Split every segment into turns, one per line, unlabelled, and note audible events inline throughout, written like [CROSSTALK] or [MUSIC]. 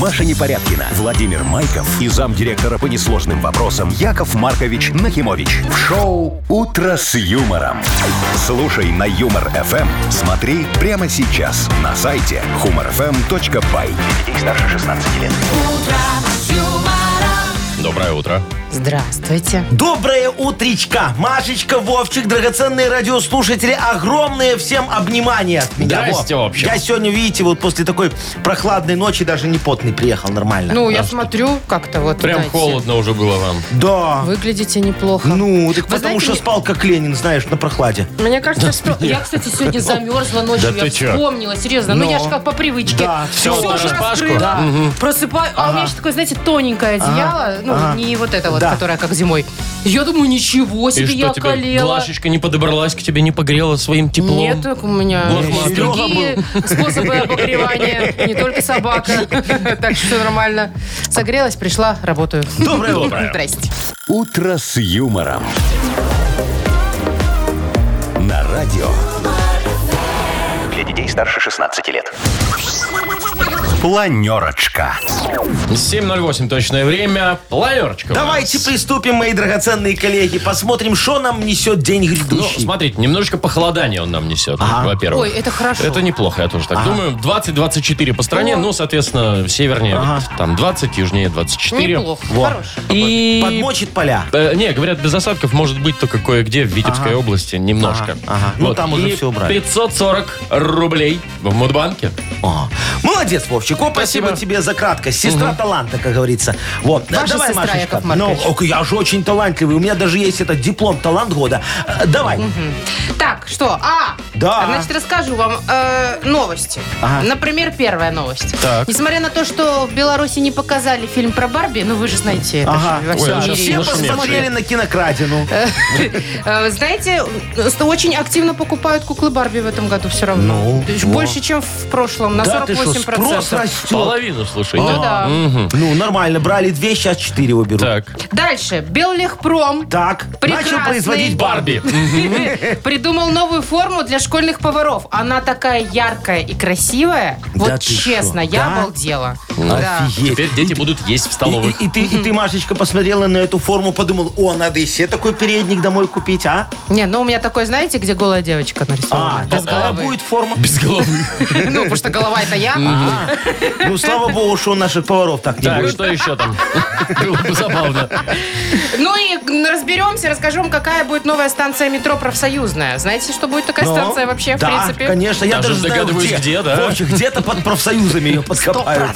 Маша Непорядкина, Владимир Майков и замдиректора по несложным вопросам Яков Маркович Нахимович. В шоу «Утро с юмором». Слушай на «Юмор-ФМ». Смотри прямо сейчас на сайте humorfm.by. Детей старше 16 лет.
Доброе утро.
Здравствуйте.
Доброе утречка, Машечка, Вовчик, драгоценные радиослушатели, огромное всем обнимание от меня.
Здрасте, в общем.
Я сегодня, видите, вот после такой прохладной ночи даже не потный приехал нормально.
Ну, я смотрю, как-то вот.
Прям
знаете,
холодно уже было вам.
да.
Выглядите неплохо.
Ну,
Вы
так потому
знаете,
что
мне-
спал как Ленин, знаешь, на прохладе.
Мне кажется, что... Я, кстати,
[LAUGHS]
сегодня замерзла
Да
ночью.
ты
Я
чё?
вспомнила, серьезно. Ну, я же как по привычке.
Да, всё,
Всё
на
же
распашку?
раскрыла.
Да.
Просыпаю. А у меня еще такое, знаете, тоненькое одеяло. Ну,
Ага.
не вот это вот,
Да.
которое как зимой. Я думаю, ничего
И
себе, я
что тебе,
околела.
Глашечка не подобралась к тебе, не погрела своим теплом?
Нет, так у меня
Вот
есть
ладно.
другие
[LAUGHS]
способы обогревания, не только собака. Так что нормально. Согрелась, пришла, работаю.
Доброе утро.
Доброе.
[LAUGHS] Здрасте.
«Утро с юмором». На радио. Для детей старше 16 лет. Планерочка.
7.08 точное время. Планерочка.
Давайте приступим, мои драгоценные коллеги. Посмотрим, что нам несет день
Ну,
грядущий.
смотрите, немножечко похолодание он нам несет, во-первых.
Ой, это хорошо.
Это неплохо, я тоже так думаю. 20-24 по стране, ну, соответственно, севернее там 20, южнее 24.
Неплохо, хорошо.
И...
Подмочит поля.
Э, не, говорят, без осадков может быть только кое-где в Витебской области, немножко.
Ага, ага. Ну, там уже
И
всё убрали.
540 рублей в Мудбанке.
О, Молодец, Вовчик. О, спасибо.
Спасибо.
тебе за краткость. Сестра таланта, как говорится. Вот.
Ваша
Давай,
сестра,
Машечка.
Яков
ну,
Маркович.
ок, я же очень талантливый. У меня даже есть этот диплом талант года. Э, Давай.
Так, что? А!
Да.
Значит, расскажу вам э, новости.
Ага.
Например, первая новость.
Так.
Несмотря на то, что в Беларуси не показали фильм про Барби, ну вы же знаете это
Ага.
же во
Ой,
всем
а сейчас
мире.
Все
нашумевшие.
посмотрели на кинокрадину.
Э, Знаете, что очень активно покупают куклы Барби в этом году все равно.
Ну,
То есть
во.
больше, чем в прошлом, на
да ты А что,
48%.
спрос растет.
Половину, слушай.
Ну да.
Ну, нормально. Брали две, сейчас четыре выберу.
Так.
Дальше. Беллегпром
Так,
Прекрасный.
начал производить бар.
Барби.
придумал новую форму для школьных поваров. Она такая яркая и красивая.
Да
вот
ты
честно,
что?
я
Да?
обалдела. Да.
Офигеть.
Теперь дети будут есть в
И,
столовых.
и- и ты, и ты, Машечка, посмотрела на эту форму, подумал, о, надо и себе такой передник домой купить, а?
Не, ну у меня такой, знаете, где голая девочка нарисована.
А,
без
такая
головы.
будет форма.
Без головы.
[LAUGHS] Ну, потому что голова это я.
А, Ну, слава богу, что у наших поваров так не
[LAUGHS] Так,
будет.
что еще там? Было бы забавно.
Ну и разберемся, расскажу вам, какая будет новая станция метро профсоюзная. Знаете, что будет такая
Ну,
Но-
станция вообще, в
да,
принципе?
конечно, я
Даже
даже,
догадываюсь,
знаю,
где, да.
Вовчик, где-то под профсоюзами ее подкопают.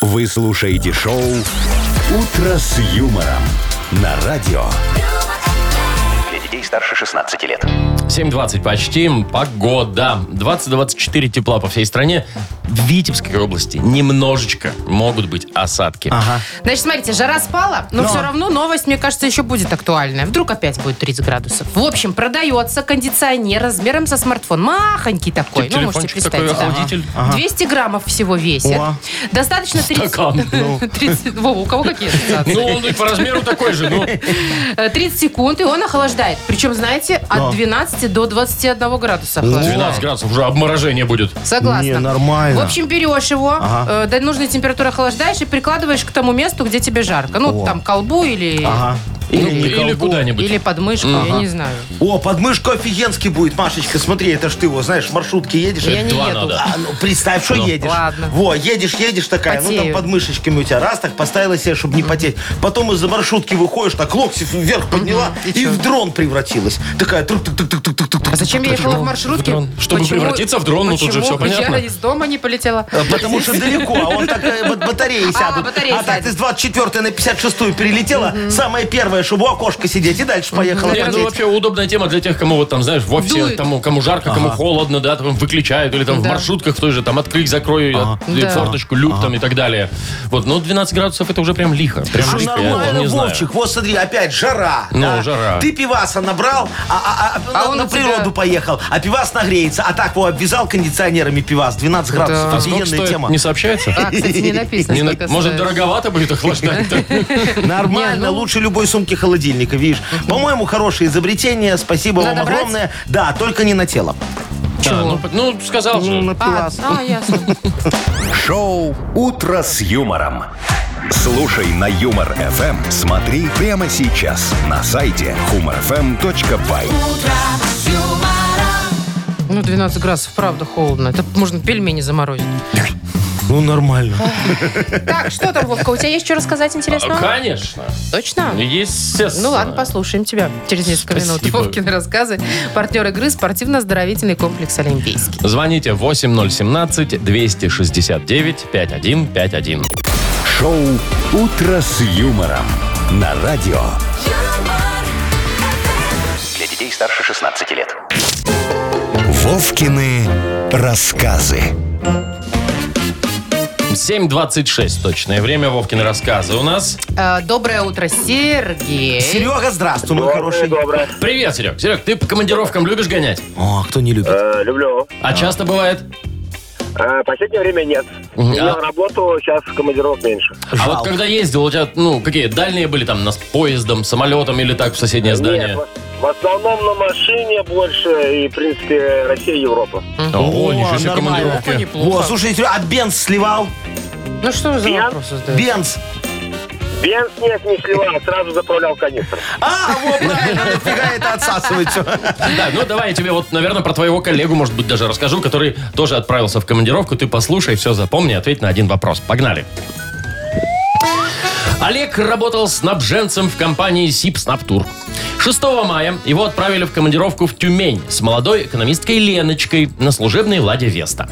Вы слушаете шоу «Утро с юмором» на радио. Для детей старше 16 лет.
7.20 почти. Погода. 20-24 тепла по всей стране. В Витебской области немножечко могут быть осадки.
Значит, смотрите, жара спала, но,
Но.
все равно новость, мне кажется, еще будет актуальная. Вдруг опять будет 30 градусов. В общем, продается кондиционер размером со смартфон. Махонький такой.
Типа
ну, можете
телефончик такой,
представить. да.
охладитель.
200 граммов всего весит.
О.
Достаточно 30...
Стакан,
[LAUGHS] 30 Вова, у кого какие ассоциации?
Ну, он и по размеру такой же.
[LAUGHS]
Ну,
Э, 30 секунд, и он охлаждает. Причем, знаете, от 12 до 21 градуса охлаждает.
12 градусов, уже обморожение будет.
Согласна.
Не, нормально.
В общем, берешь его, э, до нужной температуры охлаждаешь и прикладываешь к тому месту, где тебе жарко. Ну, там, колбу или,
Ага.
Ну,
Или не
Или
колбу.
куда-нибудь.
или подмышку, я не знаю.
О, подмышка офигенский будет, Машечка, смотри, это ж ты его, знаешь, в маршрутке едешь.
Я
и-
не
Два
еду.
надо.
А, ну, представь, что едешь.
Ладно.
Во, едешь, едешь такая, ну
Потею.
там под мышечками у тебя раз так поставила себе, чтобы не потеть. Потом из-за маршрутки выходишь, так локти вверх подняла
И
и,
чё?
в дрон превратилась. Такая тук тук тук тук тук тук тук
А зачем я ехала в маршрутке?
дрон. Чтобы
Почему-
превратиться в дрон, ну, тут же всё
почему
понятно.
Я из дома не полетела.
Э, Потому что далеко, а он так э, бат- батареи сядут.
батареи
А так
сядут.
ты с 24 на 56 перелетела, самое первое, чтобы у окошка сидеть, и дальше поехала.
Нет, ну
потеть.
вообще удобная тема для тех, кому вот там, знаешь, в офисе,
Дует.
тому, кому жарко, кому холодно, да, там выключают, или там в
Да.
маршрутках в той же, там, открыть, закрой от-
Да.
форточку, люк там и так далее. Вот, но 12 градусов это уже прям лихо. Прям
Ну,
лихо, я
нормально,
не знаю.
Вовчик, вот смотри, опять жара.
Ну,
да?
жара.
Ты пиваса набрал, а, а- а
А
на,
он
на
у тебя-
природу поехал, а пивас нагреется. А так его обвязал кондиционерами пивас, 12 градусов,
А сколько
офигенная
стоит,
тема.
не сообщается?
А, кстати, не написано,
Не на-
сколько
Может,
стоит.
дороговато будет охлаждать?
[LAUGHS]
Нормально,
Не, ну-
лучше любой сумки холодильника, видишь. По-моему, хорошее изобретение, спасибо
Надо
вам
брать?
огромное. Да, только не на тело.
Да, ну,
Чего?
по- ну, сказал же.
А,
Напилась.
а, ясно.
Шоу «Утро с юмором». Слушай на Юмор ФМ. Смотри прямо сейчас на сайте humorfm.by.
Ну, 12 градусов, правда, холодно. Это можно пельмени заморозить.
Ну, нормально.
Так, что там, Вовка, у тебя есть что рассказать
А,
интересного?
Конечно.
Точно?
Естественно.
Ну ладно, послушаем тебя через несколько минут. [LAUGHS]
Спасибо.
Вовкины рассказы. Партнер игры спортивно-оздоровительный комплекс «Олимпийский».
Звоните 8017-269-5151.
Шоу «Утро с юмором» на радио.
Для детей старше 16 лет.
Вовкины рассказы.
7.26 точное время. Вовкины рассказы у нас.
Э, Доброе утро, Сергей.
Серега, здравствуй, мой
Доброе,
хороший.
доброе.
Привет, Серег. Серег, ты по командировкам любишь гонять?
О, а кто не любит?
Э, люблю.
А часто бывает?
Э, последнее время нет.
Мгм.
Я
А-
на работу, сейчас командировок меньше.
А вот
Жалко.
когда ездил, у тебя, ну, какие дальние были там, нас поездом, самолетом или так в соседнее
Нет,
здание?
в- в основном на машине больше и, в принципе, Россия и Европа.
Ого, ничего себе
нормально.
командировки.
О, слушай, Серега, а Бенц сливал?
Ну что вы за
Я?
вопросы задаете?
Бенц.
Бенз нет, не сливал, сразу заправлял канистры.
А, вот правильно, нафига это отсасывать все.
Да, ну давай я тебе вот, наверное, про твоего коллегу, может быть, даже расскажу, который тоже отправился в командировку. Ты послушай, все запомни, ответь на один вопрос. Погнали. Олег работал снабженцем в компании «Сиб Снабтур». 6 мая его отправили в командировку в Тюмень с молодой экономисткой Леночкой на служебной «Ладе Веста».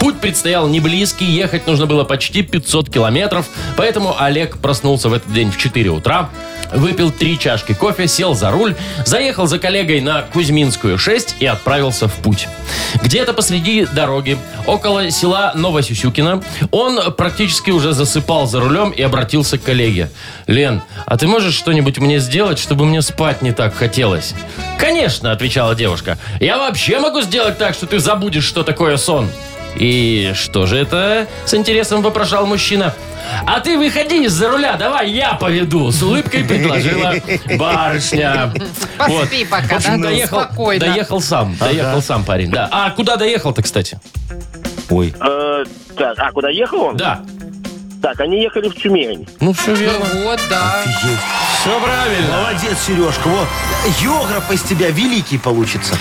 Путь предстоял не близкий, ехать нужно было почти 500 километров, поэтому Олег проснулся в этот день в 4 утра, выпил три чашки кофе, сел за руль, заехал за коллегой на Кузьминскую 6 и отправился в путь. Где-то посреди дороги, около села Новосюсюкино, он практически уже засыпал за рулем и обратился к коллеге. «Лен, а ты можешь что-нибудь мне сделать, чтобы мне спать не так хотелось?» «Конечно», — отвечала девушка. «Я вообще могу сделать так, что ты забудешь, что такое сон». «И что же это?» — с интересом вопрошал мужчина. «А ты выходи из-за руля, давай я поведу!» — с улыбкой предложила барышня. Вот.
Поспи пока,
В общем,
да?
доехал,
Спокойно.
доехал сам, доехал сам парень, да. А куда доехал-то, кстати?
Ой.
Э, так, а куда ехал он?
Да.
Так, они ехали в Тюмень.
Ну, все верно.
Ну вот, да.
Все правильно.
Молодец, Сережка. Вот, географ из тебя великий получится.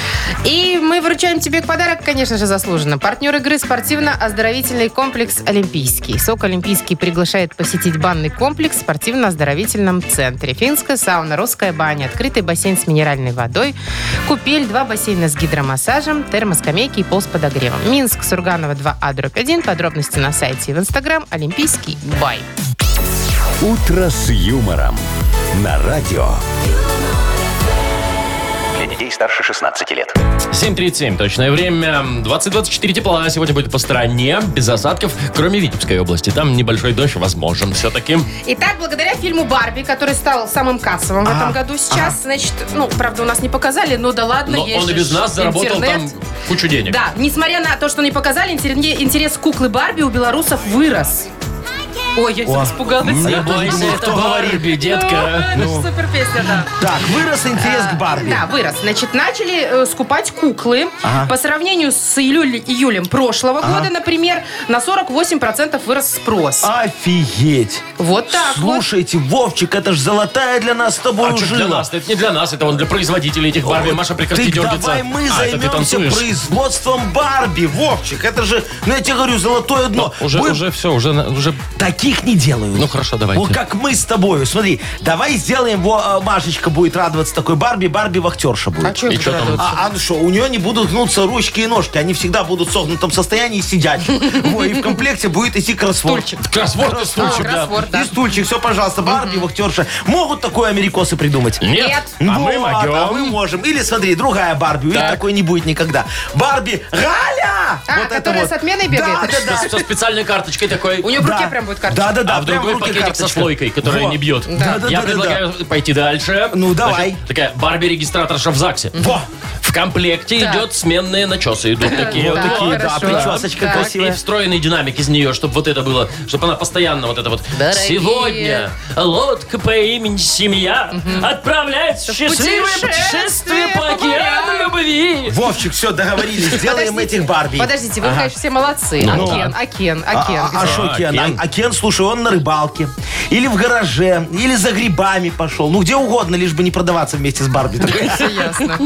И мы вручаем тебе подарок, конечно же, заслуженно. Партнер игры спортивно-оздоровительный комплекс «Олимпийский». СОК «Олимпийский» приглашает посетить банный комплекс в спортивно-оздоровительном центре. Финская сауна, русская баня, открытый бассейн с минеральной водой, купель, два бассейна с гидромассажем, термоскамейки и пол с подогревом. Минск, Сурганова 2А, дробь 1. Подробности на сайте и в Инстаграм «Олимпийский бай».
«Утро с юмором» на радио.
Для детей старше 16 лет.
7.37, точное время. 20-24 тепла сегодня будет по стране, без осадков, кроме Витебской области. Там небольшой дождь возможен все-таки.
Итак, благодаря фильму «Барби», который стал самым кассовым в
А,
этом году сейчас, значит, ну, правда, у нас не показали, но да ладно,
Но
есть
он и
же
без нас заработал там
интернет.
кучу денег.
Да, несмотря на то, что не показали, интерне- интерес куклы Барби у белорусов вырос. Ой, я
О,
испугалась.
Не бойся, это
кто
Барби, детка.
Ну, Это же супер песня, да.
Так, вырос интерес к Барби.
Да, вырос. Значит, начали э, скупать куклы. По сравнению с июль- июлем прошлого года, например, на 48% вырос спрос.
А, Офигеть.
Вот так вот.
Слушайте, Вовчик, это ж золотая для нас с тобой
А что для
жила.
нас? Это не для нас, это он для производителей этих Барби. Маша, прекрати
Ты
дергаться.
давай мы
А, это ты
займемся
танцуешь.
производством Барби, Вовчик. Это же, ну я тебе говорю, золотое дно.
Ну, Уже,
Будем-
уже все, уже, на- уже...
Таких не делают.
Ну, хорошо, давайте.
Вот как мы с тобою. Смотри, давай сделаем, во, э, Машечка будет радоваться такой Барби, Барби вахтерша будет.
чё
И
это
чё там?
радует?
А, а ну что, у нее не будут гнуться ручки и ножки. Они всегда будут в согнутом
[LAUGHS]
состоянии сидять. Во, и в комплекте будет идти кроссворд.
Стульчик.
Кроссворд и стульчик,
А,
да.
кроссворд, да.
И стульчик, все, пожалуйста, Барби, вахтерша. Могут такое америкосы придумать?
Нет,
Нет.
а мы
Вот, а мы
могем.
можем. Или смотри, другая Барби. Или
Так.
такой не будет никогда. Барби Галя!
А,
это
которая с отменой бегает?
Да, да, да.
Со специальной карточкой такой.
У нее в руке
Да.
прям будет карта.
Да, да, да.
а в
прям
другой
руке
пакетик со
карточка.
слойкой, которая
Во.
не бьет.
Да, да,
Я
да, да,
предлагаю пойти дальше.
Ну, давай.
Значит, такая Барби-регистраторша в ЗАГСе.
Во!
В комплекте
Так.
идет сменные начесы. Идут такие.
да,
вот такие.
да,
хорошо.
причесочка
Так.
красивая.
И встроенный динамик из нее, чтобы вот это было, чтобы она постоянно вот это вот.
Дорогие.
Сегодня лодка по имени Семья отправляется в счастливое
путешествие
путешествие по
по морям».
океану любви.
Вовчик,
[LAUGHS]
все, договорились, сделаем
Подождите,
этих Барби.
Подождите, вы, конечно, все молодцы.
Ну,
а, Кен,
ладно.
а Кен, а Кен,
А а
где?
шо
А,
Кен?
Кен.
А- А Кен, слушай, он на рыбалке. Или в гараже, или за грибами пошел. Ну, где угодно, лишь бы не продаваться вместе
[LAUGHS]
с Барби.
Всё ясно.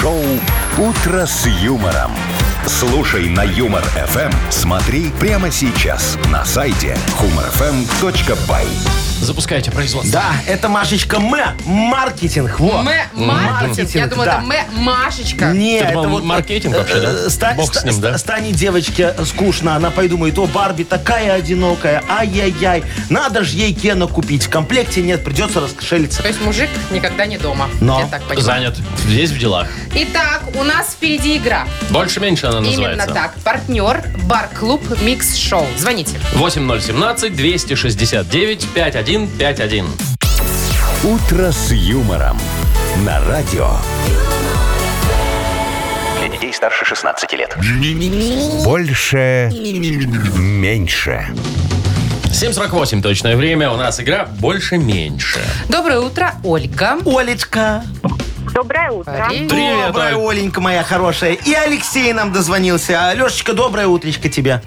Шоу «Утро с юмором». Слушай на Юмор ФМ. Смотри прямо сейчас на сайте humorfm.by.
Запускайте производство.
Да, это, Машечка, М. Маркетинг. Во.
Мэ маркетинг. Я
Маркетинг,
думаю, это
да.
Мэ Машечка.
Не,
Ты
это
думал,
вот...
маркетинг вообще, да?
э, ста-
Бог с
ста-
ним, да?
ста- Станет девочке скучно, она подумает, о, Барби такая одинокая, ай-яй-яй, надо же ей Кена купить, в комплекте нет, придется раскошелиться.
То есть мужик никогда не дома.
Но.
Я так понимаю.
Занят. Здесь в делах.
Итак, у нас впереди игра.
Больше-меньше она называется.
Именно так. Партнер Бар-клуб Микс Шоу. Звоните.
8017-269-5151.
«Утро с юмором» на радио.
Для детей старше 16 лет.
Больше. Меньше.
7.48 точное время. У нас игра «Больше-меньше».
Доброе утро, Ольга.
Олечка.
Доброе утро.
Привет.
Привет,
Доброе,
Оль.
Оленька моя хорошая. И Алексей нам дозвонился. Лешечка, доброе утречко тебе.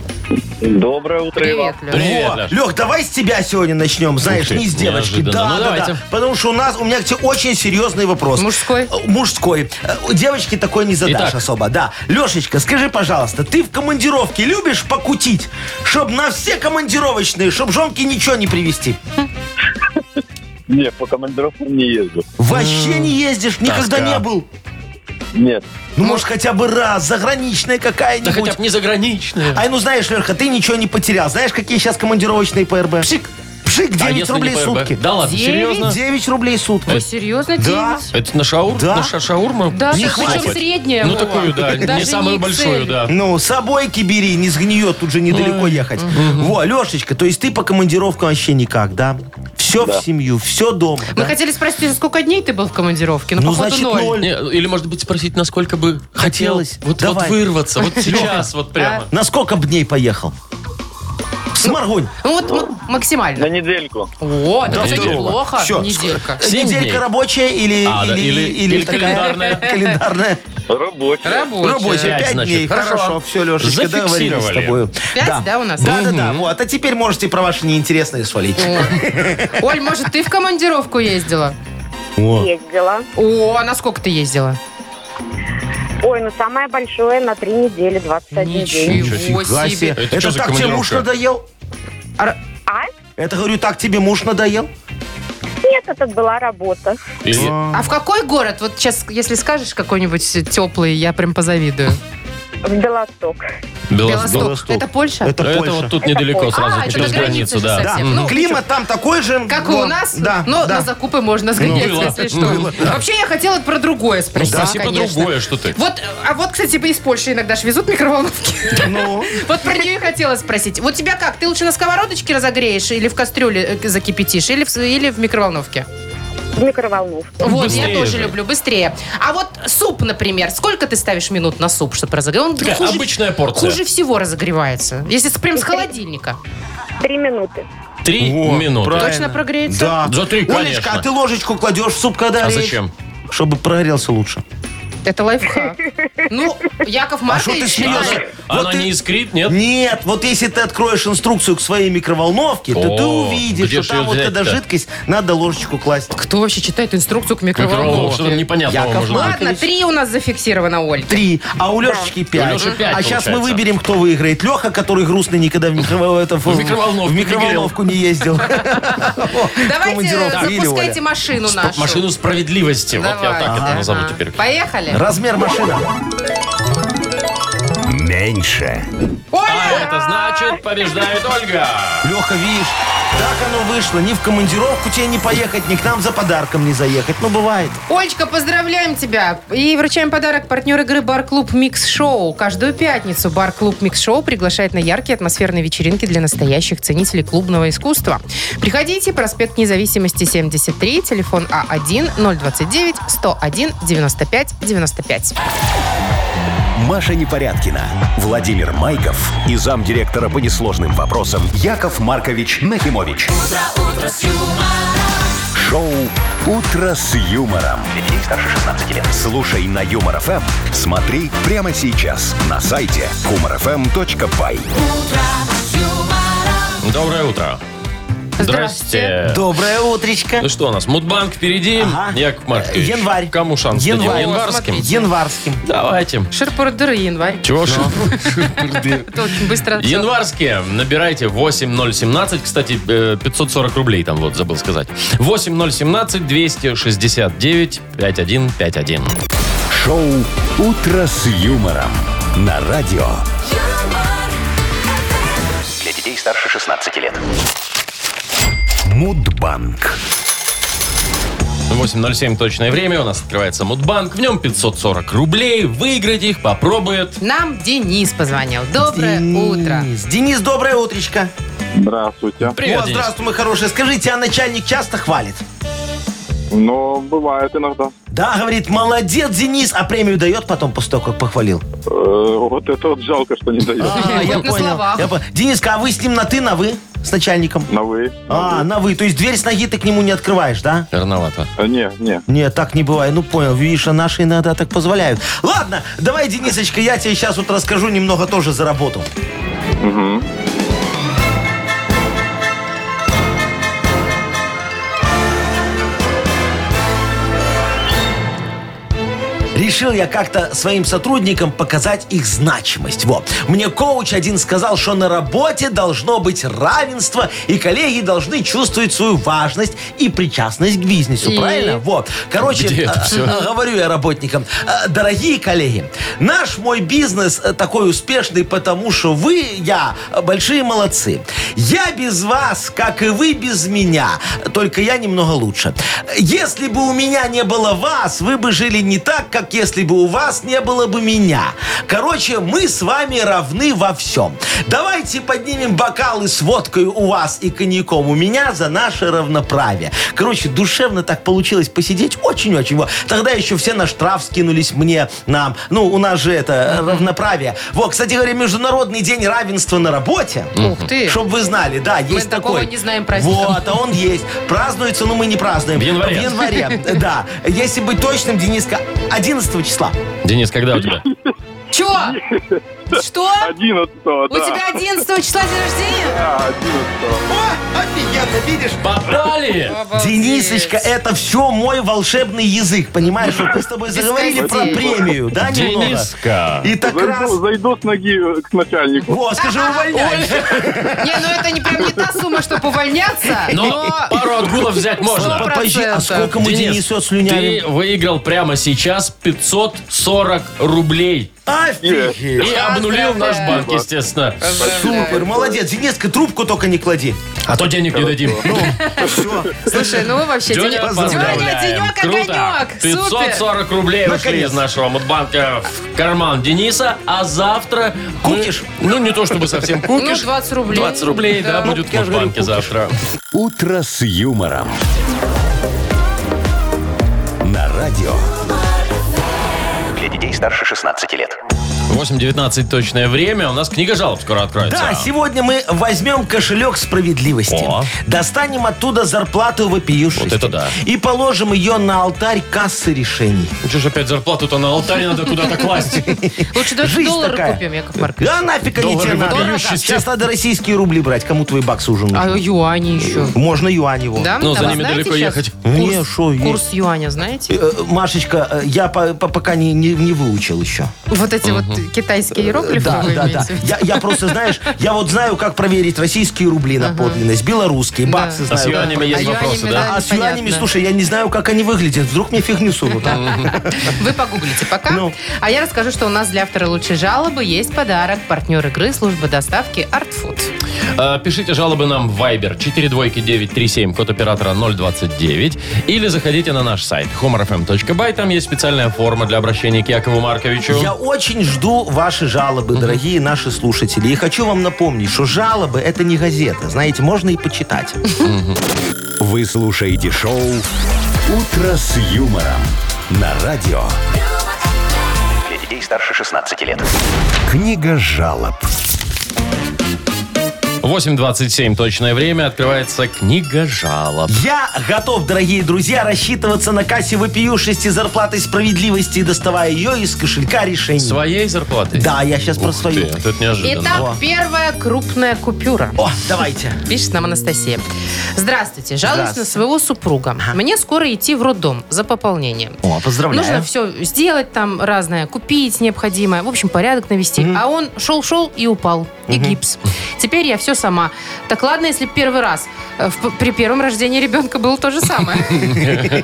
Доброе утро,
Привет, Лёш.
Привет,
О,
Лёш.
Лёх, давай с тебя сегодня начнем, знаешь,
ты,
не с девочки.
неожиданно.
Да,
Ну,
да,
давайте.
да. Потому что у нас, у меня к тебе очень серьезный вопрос.
Мужской?
Э, Мужской. Э, у Девочки такой не задашь
Итак.
особо, да. Лешечка, скажи, пожалуйста, ты в командировке любишь покутить, чтобы на все командировочные, чтобы жонки ничего не привезти?
Нет, по командировкам не езжу.
Вообще не ездишь, никогда
тоска.
не был.
Нет.
Ну, может, хотя бы раз, заграничная
Да хотя
какая-нибудь.
бы не заграничная.
Ай, ну знаешь, Леха, ты ничего не потерял. Знаешь, какие сейчас командировочные по РБ? Пшик, пшик, 9
А если не
рублей
ПРБ?
сутки.
Да ладно,
Девять?
серьезно?
9 рублей сутки.
Вы серьезно,
Да.
девять?
Это на шаур?
Да.
На ша- шаурму?
Да,
Не
так причем
хватит.
средняя
Ну,
была.
такую, да. Не
Даже
самую
XL.
большую, да.
Ну, с собой бери, не сгниет, тут же недалеко ехать. Во, Лешечка, то есть ты по командировкам вообще никак, да? Все в семью, все дома.
Мы
да?
хотели спросить, сколько дней ты был в командировке? Ну,
Ну,
походу,
значит,
ноль.
ноль.
Не, или, может быть, спросить, насколько бы хотел
Хотелось.
вот, вот
Давай.
вырваться, вот сейчас, вот прямо.
На сколько б дней поехал? Сморгонь.
Ну, вот м- максимально.
На недельку.
О, это все
здорово.
неплохо.
Всё. [LAUGHS]
Неделька.
Семь
Неделька
дней.
рабочая или,
А, да, или- или календарная.
календарная.
Рабочая.
Рабочая.
Рабочая,
Ну, Пять,
5
значит.
дней.
Хорошо.
Хорошо, все, Лешечка, договорились с
Зафиксировали.
тобою.
Пять, да, у нас?
Да, да, да. Вот. А теперь можете про ваши неинтересные свалить.
Оль, может, ты в командировку ездила?
Ездила.
О, а на сколько ты ездила?
Ой, ну самое большое на три недели, 21 день.
Ничего
Фига себе.
себе.
Это
Это,
что за
так тебе муж
командировка?
надоел?
А,
А?
Это, говорю, так тебе муж надоел?
Нет, это была работа.
Или-
а в какой город? Вот сейчас, если скажешь какой-нибудь теплый, я прям позавидую.
В Белосток.
Белос-
Белосток.
Белосток.
Это Польша?
Это
Ну, Это
Польша.
вот тут недалеко,
Польша.
сразу
А, это
через
на границе
границу,
же
да.
совсем.
Да.
Ну,
Климат там такой же.
Как и
но-
у нас,
Да,
но
да.
на закупы можно сгонять,
Ну, было.
если что. А Вообще, я хотела про другое спросить,
Спроси про
конечно.
другое, что ты.
Вот, а вот, кстати, из Польши иногда же везут микроволновки.
[LAUGHS]
Ну,
Вот про нее и хотела спросить. Вот тебя как? Ты лучше на сковородочке разогреешь или в кастрюле э, закипятишь, или в, с- или в микроволновке?
В микроволновке.
Вот,
Быстрее
я тоже
же.
люблю, быстрее. А вот суп, например, сколько ты ставишь минут на суп, чтобы разогреть? Он
Такая обычная порция.
хуже всего разогревается. Если с- прям с холодильника.
Три минуты.
Три
Во,
минуты.
правильно.
Точно прогреется?
да.
За три,
Олечка,
конечно.
а ты ложечку кладешь в суп, когда
А
режешь?
зачем?
Чтобы прогорелся лучше.
Это лайфхак. Ну, Яков
шо А ты
Маркович...
серьезно?
считает-
Вот
Она
ты-
не искрит, нет?
Нет, вот если ты откроешь инструкцию к своей микроволновке, то ты
О,
увидишь,
где
что
ж
там
её
вот когда
взять-то?
жидкость, надо ложечку класть.
Кто вообще читает инструкцию к
Микроволновка,
микроволновке?
что-то непонятного
Яков
может быть.
Маркович.
Ладно, три у нас зафиксировано, Оль.
Три, а у Лешечки пять.
У Лёши пять
а сейчас мы
получается.
выберем, кто выиграет. Леха, который грустный никогда в, микрово- это, в-
В микроволновку
в микроволновку не ездил. [LAUGHS] В
Давайте
командировку. Или
запускайте
Оля.
машину
Спо-
нашу.
Машину справедливости. Вот я
Давай.
так это
Ага.
назову теперь.
Поехали.
Размер машины.
Меньше.
А
Оля!
это значит, побеждает Ольга.
Леха, видишь, так оно вышло. Ни в командировку тебе не поехать, ни к нам за подарком не заехать. Ну, бывает.
Олечка, поздравляем тебя! И вручаем подарок партнер игры «Бар-клуб Микс Шоу». Каждую пятницу «Бар-клуб Микс Шоу» приглашает на яркие атмосферные вечеринки для настоящих ценителей клубного искусства. Приходите, проспект Независимости, 73, телефон А А1-029-101-95-95.
Маша Непорядкина, Владимир Майков и замдиректора по несложным вопросам Яков Маркович Нахимович. Шоу «Утро с юмором».
Для детей старше 16 лет.
Слушай на Юмор ФМ, смотри прямо сейчас на сайте humorfm.by.
Доброе утро.
Здрасте.
Здрасте.
Доброе утречко.
Ну что у нас, Мудбанк впереди.
Ага.
Яков Маркович.
Э, январь.
Кому шанс дадим?
Январь. Ну,
Январским?
Смотрите.
Январским.
Давайте.
Ширпурдыр и январь.
Чего ж?
Это очень быстро. всё.
Январские. Набирайте 8017. Кстати, э, 540 рублей там вот забыл сказать. 8017 269 5151.
Шоу «Утро с юмором» на радио.
Для детей старше 16 лет.
Мудбанк.
8.07 точное время. У нас открывается Мудбанк. В нем 540 рублей. Выиграть их попробует.
Нам Денис позвонил. Доброе утро.
Денис. Денис, доброе утречко.
Здравствуйте.
Привет,
О,
Денис.
здравствуй, мой хороший. Скажите, а начальник часто хвалит?
Но бывает иногда.
Да, говорит, молодец, Денис, а премию дает потом после того, как похвалил.
Э, вот это вот жалко, что не дает.
А, я
вот на
понял.
словах.
Я по- Дениска, а вы с ним на ты, на вы? С начальником?
На вы.
А, на вы. То есть дверь с ноги ты к нему не открываешь, да?
Рановато.
Э, Не, не.
Нет, так не бывает. Ну, понял. Видишь, а наши иногда так позволяют. Ладно, давай, Денисочка, я тебе сейчас вот расскажу немного тоже за работу. Решил я как-то своим сотрудникам показать их значимость. Вот. Мне коуч один сказал, что на работе должно быть равенство, и коллеги должны чувствовать свою важность и причастность к бизнесу.
И?
Правильно? Вот. Короче,
Где это
а,
всё?
а, [LAUGHS] говорю я работникам. а, Дорогие коллеги, наш мой бизнес э, такой успешный, потому что вы, я, э, большие молодцы. Я без вас, как и вы без меня, только я немного лучше. Если бы у меня не было вас, вы бы жили не так, как если бы у вас не было бы меня. Короче, мы с вами равны во всем. Давайте поднимем бокалы с водкой у вас и коньяком у меня за наше равноправие. Короче, душевно так получилось посидеть. Очень-очень. Во. Тогда еще все на штраф скинулись мне, нам. Ну, у нас же это равноправие. Вот, кстати говоря, Международный день равенства на работе.
Ух ты.
Чтобы вы знали, да, есть
такого
такой.
не знаем, прости.
Вот, а он есть. Празднуется, но мы не празднуем.
В январе.
В январе, Э, да. Если быть точным, Дениска, 11 числа.
Денис, когда у
[LAUGHS]
тебя?
Чё? Что?
Одиннадцатого,
У тебя 11 числа день рождения?
Да, одиннадцатого.
О, офигенно, видишь?
Попали!
Обалдеть.
Денисочка, это все мой волшебный язык, понимаешь? Вот мы с тобой заговорили
Без
про
костей.
премию, да, немного?
Дениска!
И так
Зайду,
раз...
зайду с ноги к начальнику.
Во, скажи, увольняй.
Не, ну это не прям не та сумма, чтобы увольняться,
[LAUGHS] Но
[LAUGHS] но...
пару отгулов взять можно.
Сто
Подожди, а
процентов.
сколько мы Денису
ты
отслюнявим?
выиграл прямо сейчас 540 рублей.
Офигеть.
И обнулил наш банк, естественно.
Супер, молодец. Дениска, трубку только не клади.
А то денег не дадим.
[LAUGHS] Слушай, ну вы вообще...
Дёня,
Деня,
поздравляем.
Дёня, денек,
Круто.
огонек. Супер.
540 рублей ушли
Наконец.
из нашего мудбанка в карман Дениса, а завтра... мы-
Кукиш.
Ну, не то чтобы совсем кукиш.
Ну, 20 рублей.
20 рублей, да,
Да.
будет в мудбанке завтра.
«Утро с юмором». На радио.
Для детей старше 16 лет.
8.19 точное время. У нас книга жалоб скоро откроется.
Да, сегодня мы возьмем кошелек справедливости.
О.
Достанем оттуда зарплату вопиющести.
Вот это да.
И положим ее на алтарь кассы решений.
Ну, что ж опять зарплату-то на алтаре надо куда-то класть.
Лучше даже
Жизнь
доллары
такая.
купим, Яков Маркович.
Да нафиг они
Доллары
тебе надо.
вопиющести.
Сейчас надо российские рубли брать. Кому твои баксы уже нужны?
А юани еще.
Можно юань его.
Да?
Ну,
А
за
вы
ними
знаете
далеко
щас
ехать.
Не,
Курс,
шо, есть.
курс юаня, знаете?
Э, Машечка, э, я по- по- пока не, не- не выучил еще.
Вот эти вот китайские иероглифы
Да,
вы
да, да.
имеете в виду?
Я, я просто, знаешь, я вот знаю, как проверить российские рубли на подлинность, белорусские, баксы
А с
знаю.
юанями есть
А
вопросы,
юанями,
да?
А с юанями,
непонятно.
слушай, я не знаю, как они выглядят. Вдруг мне фиг не сунут.
[LAUGHS]
а?
Ну.
Вы погуглите пока.
Ну.
А я расскажу, что у нас для автора лучшей жалобы есть подарок. Партнер игры служба доставки Art Food.
Э, Пишите жалобы нам в Viber 42937, код оператора 029. Или заходите на наш сайт humorfm.by. Там есть специальная форма для обращения к Якову Марковичу.
Я очень жду ваши жалобы, дорогие наши слушатели. И хочу вам напомнить, что жалобы это не газета. Знаете, можно и почитать.
Вы слушаете шоу «Утро с юмором» на радио.
Для детей старше 16 лет.
Книга жалоб.
8.27 точное время. Открывается книга жалоб.
Я готов, дорогие друзья, рассчитываться на кассе вопиюшести зарплаты справедливости, доставая ее из кошелька решений.
Своей зарплаты?
Да, я щас про
Ух
свою.
ты, Тут неожиданно.
Во.
Итак, первая крупная купюра.
О, давайте.
Пишет нам Анастасия. Здравствуйте. Жалуюсь
Здравствуйте.
на своего супруга. Мне скоро идти в роддом за пополнением.
О, поздравляю.
Нужно все сделать там разное, купить необходимое, в общем, порядок навести. А он шел-шел и упал. И гипс. Теперь я все сама. Так ладно, если б первый раз. Э, в п- при первом рождении ребенка было то же
[LAUGHS]
самое.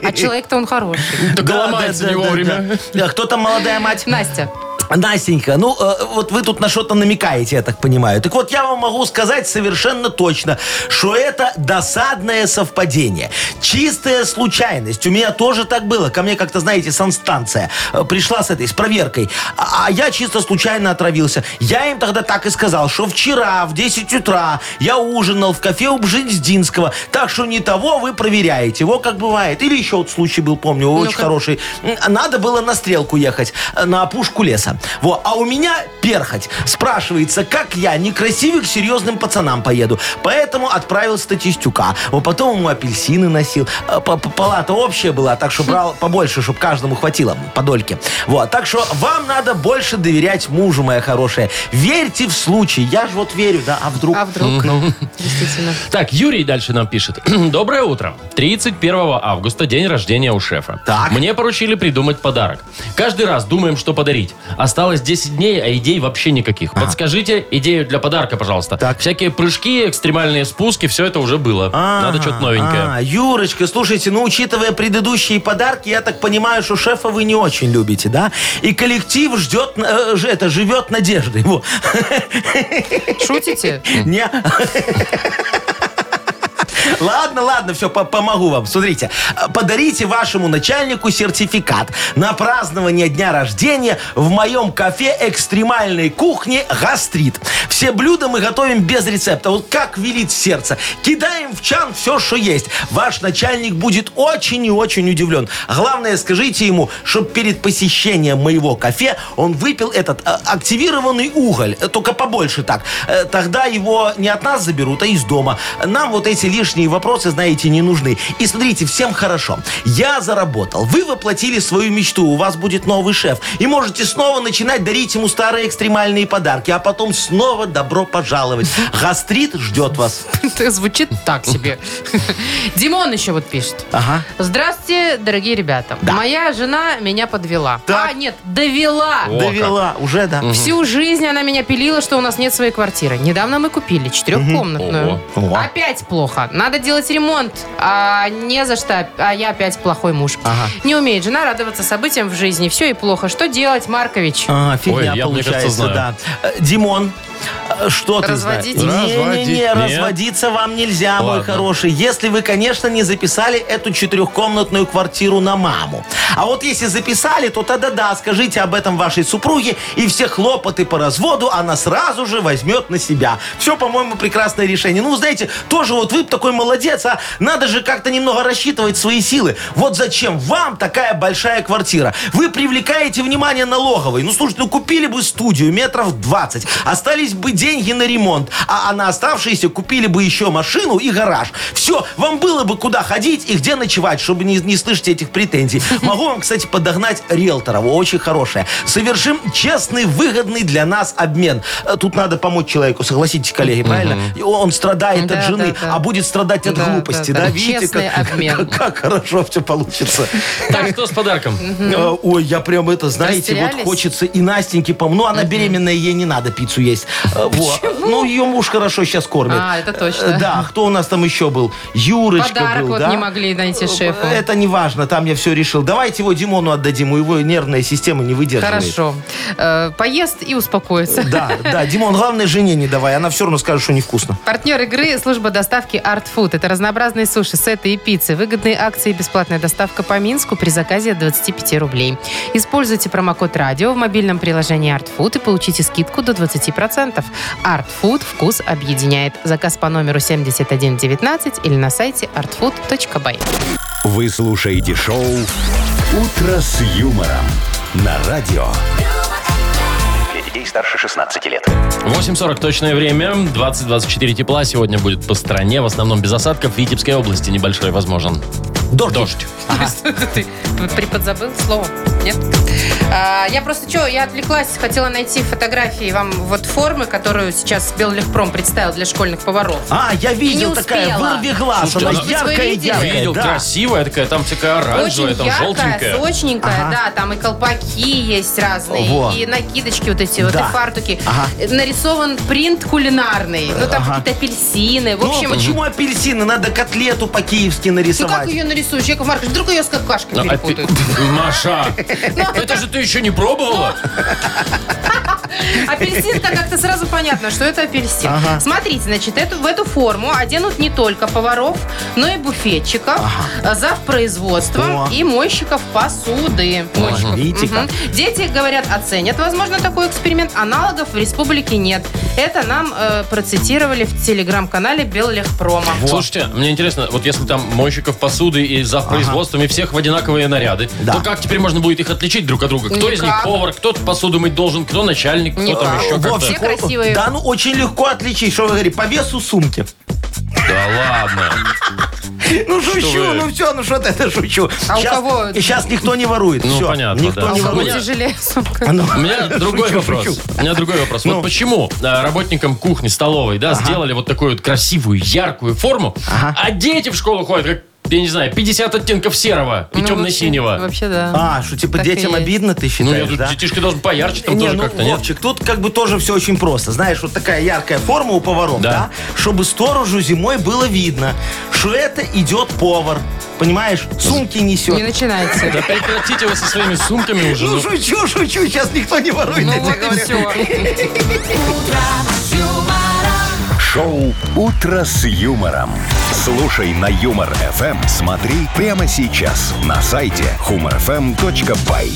А человек-то он хороший.
Так ломается не вовремя.
да. А Кто там молодая мать?
Настя,
Настенька, ну э, вот вы тут на что-то намекаете, я так понимаю. Так вот, я вам могу сказать совершенно точно, что это досадное совпадение. Чистая случайность. У меня тоже так было. Ко мне как-то, знаете, санстанция э, пришла с этой, с проверкой. А, а я чисто случайно отравился. Я им тогда так и сказал, что вчера в 10 утра я ужинал в кафе у Бжензинского. Так что не того вы проверяете. Во как бывает. Или еще вот случай был, помню, очень
Ну-ка.
хороший хороший. М, Надо было на стрелку ехать, э, на опушку леса. Во. А у меня перхоть. Спрашивается, как я некрасивый к серьезным пацанам поеду. Поэтому отправил статистюка. Вот потом ему апельсины носил. Э, п- п- Палата общая была, так что брал побольше, чтобы каждому хватило по дольке. Вот. Так что вам надо больше доверять мужу, моя хорошая. Верьте в случай. Я же вот верю, да, а вдруг...
а вдруг? Действительно.
Так, Юрий дальше нам пишет. [CLEARS THROAT] Доброе утро. 31 августа, день рождения у шефа.
Так.
Мне поручили придумать подарок. Каждый раз думаем, что подарить. Осталось 10 дней, а идей вообще никаких. Подскажите идею для подарка, пожалуйста.
Так.
Всякие прыжки, экстремальные спуски, все это уже было. Надо
Ага,
что-то новенькое.
а, Юрочка, слушайте, ну, учитывая предыдущие подарки, я так понимаю, что шефа вы не очень любите, да? И коллектив ждет, э, ж- это, живет надеждой. Во. [LAUGHS]
Шутите?
Не. Ладно, ладно, все, помогу вам. Смотрите, э, подарите вашему начальнику сертификат на празднование дня рождения в моем кафе экстремальной кухни «Гастрит». Все блюда мы готовим без рецепта, вот как велит сердце. Кидаем в чан все, что есть. Ваш начальник будет очень и очень удивлен. Главное, скажите ему, чтобы перед посещением моего кафе он выпил этот э, активированный уголь, э, только побольше так. Э, Тогда его не от нас заберут, а из дома. Нам вот эти лишние вопросы, знаете, не нужны. И смотрите, всем хорошо. Я заработал, вы воплотили свою мечту, у вас будет новый шеф. И можете снова начинать дарить ему старые экстремальные подарки, а потом снова добро пожаловать. Гастрит ждет вас.
Это звучит так себе. [LAUGHS] Димон еще вот пишет.
Ага.
Здравствуйте, дорогие ребята. Моя жена меня подвела.
Так.
А, нет, довела.
О,
Довела, уже да.
Всю жизнь она меня пилила, что у нас нет своей квартиры. Недавно мы купили четырехкомнатную.
Ого. О.
Опять плохо. Надо делать ремонт. А не за что. А я опять плохой муж. Не умеет жена радоваться событиям в жизни. Все и плохо. Что делать, Маркович?
А, фигня
Ой, я, мне
получается,
кажется, знаю.
да. Э, Димон, э, что ты знаешь?
Разводитесь.
Разводить-
Не-не-не,
нет.
разводиться вам нельзя, мой
Ладно.
хороший. Если вы, конечно, не записали эту четырехкомнатную квартиру на маму. А вот если записали, то да-да-да, скажите об этом вашей супруге, и все хлопоты по разводу она сразу же возьмет на себя. Все, по-моему, прекрасное решение. Ну, знаете, тоже вот вы б такой молодец, а надо же как-то немного рассчитывать свои силы. Вот зачем вам такая большая квартира? Вы привлекаете внимание налоговой. Ну, слушайте, ну купили бы студию метров 20, остались бы деньги на ремонт, а, а на оставшиеся купили бы еще машину и гараж. Все, вам было бы куда ходить и где ночевать, чтобы не, не слышать
[LAUGHS]
этих претензий. Могу вам, кстати, подогнать риэлтора, во, очень хорошее. Совершим честный, выгодный для нас обмен. Э, Тут надо помочь человеку, согласитесь, коллеги, правильно? И Он он страдает
Да,
от жены,
да, да.
а будет страдать от
Да, да,
глупости, да?
да.
Видите,
Честный
как,
обмен.
как- [LAUGHS] как хорошо все получится.
Так, что с подарком?
Э, Ой, я прям это, знаете, вот
Растерялись?
хочется и Настеньке пом... Ну, она беременная, ей не надо пиццу есть. Э, во. Ну, ее муж хорошо сейчас кормит.
А, это точно.
Э, Да, кто у нас там еще был? Юрочка
Подарок
был,
вот
да?
не могли найти шефу.
Э, Это не важно, там я все решил. Давайте его Димону отдадим, у его нервная система не выдерживает.
Хорошо. Э, Поест и успокоится.
Да, да, Димон, главное, жене не давай, она все равно скажет, что невкусно.
Партнер игры – служба доставки Art Food. Это разнообразные суши, сеты и пиццы. Выгодные акции и бесплатная доставка по Минску при заказе от 25 рублей. Используйте промокод «Радио» в мобильном приложении Art Food и получите скидку до 20%. Art Food – вкус объединяет. Заказ по номеру 7119 или на сайте artfood.by.
Вы слушаете шоу «Утро с юмором» на радио.
Для Для детей старше 16 лет.
8.40 точное время, 20-24 тепла. Сегодня будет по стране, в основном без осадков. В Витебской области небольшой возможен.
Дождь.
Дождь.
Что-то ты приподзабыл слово. Нет? А, я просто что, я отвлеклась, хотела найти фотографии вам вот формы, которую сейчас Беллегпром представил для школьных поваров.
А, я
Не
видел такая,
успела.
вырви глаз,
Слушайте,
она
может
быть, вы
яркая,
видели?
яркая.
Видел,
да.
красивая такая, там всякая А, оранжевая,
Очень
там
яркая,
желтенькая.
сочненькая, да, там и колпаки есть разные,
Во.
и накидочки вот эти вот,
Да.
и фартуки.
Ага.
Э, Нарисован принт кулинарный, ну там
Ага.
какие-то апельсины, в
Ну,
общем...
почему апельсины? Надо котлету по-киевски
Ну как
нарисовать.
ее нарисуешь, Яков Маркович? Вдруг ее с какашкой
Ну, а ты-
перепутают. Ну, а
Маша, это же ты еще не пробовала?
Апельсинка как-то сразу понятно, что это апельсин. Смотрите, значит, эту, в эту форму оденут не только поваров, но и буфетчиков, э, завпроизводством
О.
и мойщиков посуды. Мойщиков.
видите
Мгм. Дети, говорят, оценят, возможно, такой эксперимент. Аналогов в республике нет. Это нам э, процитировали в телеграм-канале Беллегпрома.
Слушайте, мне интересно, вот если там мойщиков посуды и за производством и всех в одинаковые наряды,
Да.
то как теперь можно будет их отличить друг от друга? Кто из них
Никак.
повар, кто посуду мыть должен, кто начальник, кто там
Никак.
еще
Вовсе.
А как-то?
Все красивые.
Да, ну очень легко отличить, что вы говорите, по весу сумки. [LAUGHS]
Да ладно.
Ну шучу,
вы?
ну все, ну что ты, это шучу.
А у
Сейчас-
кого-
Сейчас никто не ворует.
Ну,
Всё,
понятно,
Никто
да.
А
не
у кого
ворует.
тяжелее сумка?
А ну,
У меня другой
шучу,
вопрос.
шучу.
У меня другой вопрос. Вот
Ну.
почему э, работникам кухни, столовой, да, сделали вот такую вот красивую, яркую форму, а дети в школу ходят, как, я не знаю, 50 оттенков серого и
Ну, вообще-
темно-синего.
Вообще, да.
А, что типа
Так и
детям
есть.
обидно, ты
Ну, я
считаешь,
тут
да?
детишки должен поярче там
Не,
тоже
ну,
как-то, нет?
Вовчик, тут как бы тоже все очень просто. Знаешь, вот такая яркая форма у поваров,
Да.
да. Чтобы сторожу зимой было видно, что это идет повар. Понимаешь, сумки
Не
несет. [LAUGHS]
начинайте.
Да прекратите вы со своими сумками уже.
Ну,
ну.
шучу, шучу, сейчас никто не ворует.
Ну
я тебе
вот и
говорю.
все.
Шоу «Утро с юмором». Слушай на Юмор ФМ. Смотри прямо сейчас на сайте humorfm.by.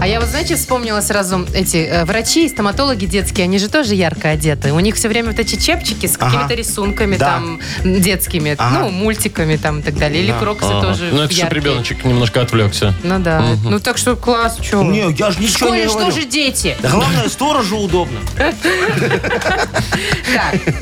А я вот, знаете, вспомнила сразу эти э, врачи и стоматологи детские, они же тоже ярко одеты. У них все время вот эти чепчики с какими-то рисунками
Да.
там м, детскими,
Ага.
ну, мультиками там и так далее. Или кроксы
Ага.
тоже
Ну, это чтобы
яркие.
ребеночек немножко отвлекся.
Ну да. Ну так что класс, что?
Не, я же
В
ничего не
школе что
говорю.
же дети?
Да главное, сторожу удобно.
Так,